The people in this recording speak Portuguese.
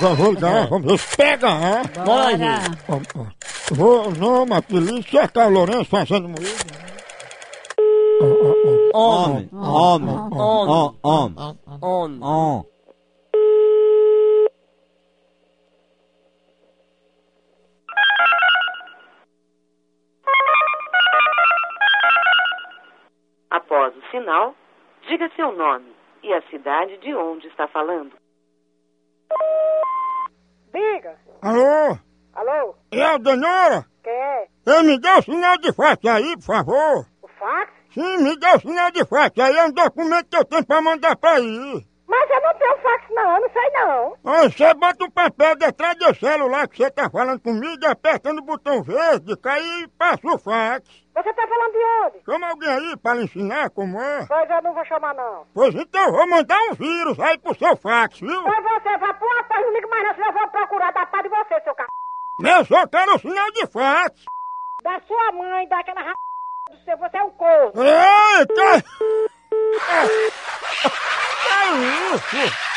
vamos, vou ligar, vamos, chega, hein? Vai. Bora. Vamos, vamos. Vou, não, mas polícia tá o Lourenço passando moído. Homem, homem, Homem. homem, homem, On. homem. Após o sinal, diga seu nome e a cidade de onde está falando. Diga. Alô? Alô? É a Danora? Quem é? Ei, me dá o sinal de fax aí, por favor. O fax? Sim, me dá o sinal de fax aí, é um documento que eu tenho pra mandar pra aí. Mas eu não tenho fax não, eu não sei não. Aí você bota o papel detrás do celular que você tá falando comigo, apertando o botão verde, cai e passa o fax. Você tá falando de onde? Chama alguém aí pra lhe ensinar como é. Pois eu não vou chamar não. Pois então, eu vou mandar um vírus aí pro seu fax, viu? Pois você vai pra uma paz, não liga mais não, senão eu vou procurar da paz de você, seu c... Eu só quero o sinal de fax. Da sua mãe, daquela ra... do seu, você é um corno. Eita! É, é isso!